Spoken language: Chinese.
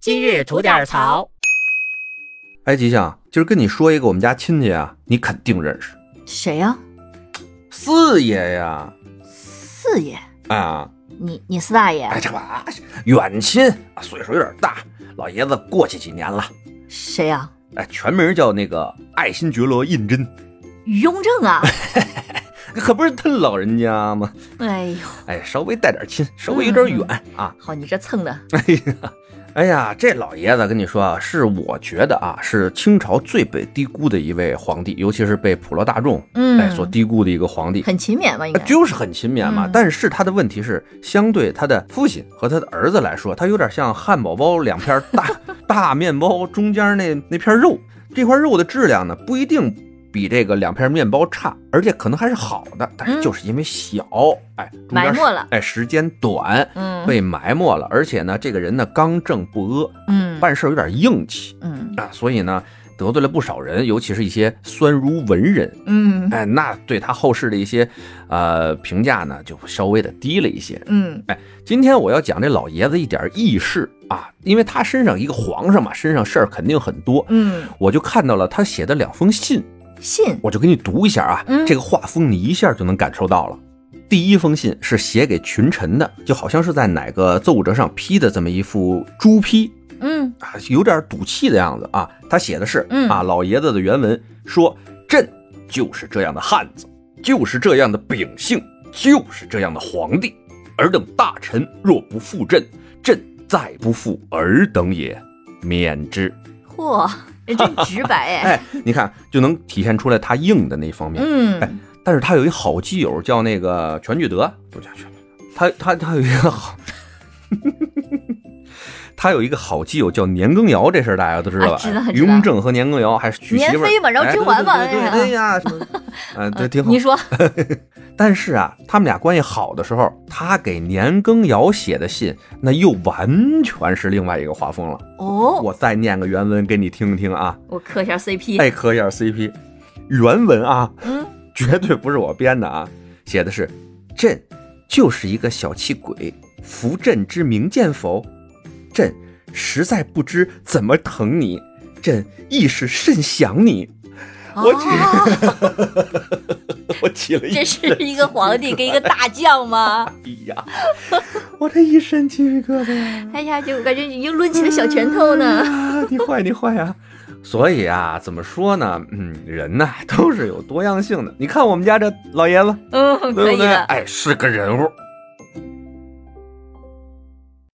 今日吐点槽。哎，吉祥，今儿跟你说一个我们家亲戚啊，你肯定认识，谁呀、四爷呀，四爷，啊，你你四大爷哎，这吧，远亲，啊岁数有点大，老爷子过去几年了，谁呀、哎，全名叫那个爱新觉罗胤禛，于雍正 啊！可不是他老人家吗？哎呦，哎，稍微带点亲，稍微有点远啊。好，你这蹭的，哎呀，这老爷子跟你说啊，是我觉得啊，是清朝最被低估的一位皇帝，尤其是被普罗大众嗯哎所低估的一个皇帝。很勤勉吧？应呃该就是很勤勉嘛，嗯但是他的问题是，相对他的父亲和他的儿子来说，他有点像汉堡包两片 大大面包中间那那片肉，这块肉的质量呢不一定比这个两片面包差，而且可能还是好的，但是嗯就是因为小，哎，中间埋没了哎，时间短，嗯被埋没了，而且呢，这个人呢刚正不阿，嗯办事儿有点硬气嗯啊，所以呢得罪了不少人，尤其是一些酸儒文人，嗯哎，那对他后世的一些呃评价呢，就稍微的低了一些。嗯今天我要讲这老爷子一点轶事啊，因为他身上一个皇上嘛，身上事儿肯定很多。嗯，我就看到了他写的两封信，信我就给你读一下啊。嗯这个画风你一下就能感受到了。第一封信是写给群臣的，就好像是在哪个奏折上批的这么一副朱批，嗯啊，有点赌气的样子啊。他写的是，嗯啊，老爷子的原文说：“朕就是这样的汉子，就是这样的秉性，就是这样的皇帝。尔等大臣若不负朕，朕再不负尔等也，免之。嚯，人真直白”哎！哎，你看就能体现出来他硬的那一方面。嗯，但是他有一好基友叫那个全聚德，不叫全聚德，他他他有一个好。 他有一个好基友叫年羹尧，这事儿大家都知道吧？啊知道哎知于道雍正和年羹尧还是娶媳妇儿年妃嘛然后哎甄嬛嘛对对对对哎哎呀，什么 呃，对，挺好你。说但是啊，他们俩关系好的时候，他给年羹尧写的信，那又完全是另外一个画风了。哦，我再念个原文给你听听啊，我磕一下 CP，哎，磕一下 CP。原文啊，嗯绝对不是我编的啊，写的是“朕就是一个小气鬼，夫朕之明鉴否？朕实在不知怎么疼你，朕亦是甚想你。我只 哦，”我起了一这是啊身，一个皇帝跟一个大将吗？ 哎呀，我这一身鸡皮疙瘩呀，哎呀，就我感觉已经抡 起了小拳头呢。啊！你坏，你坏呀、所以啊，怎么说呢？嗯，人呐、都是有多样性的。你看我们家这老爷子，嗯，对可不以对？的。哎，是个人物，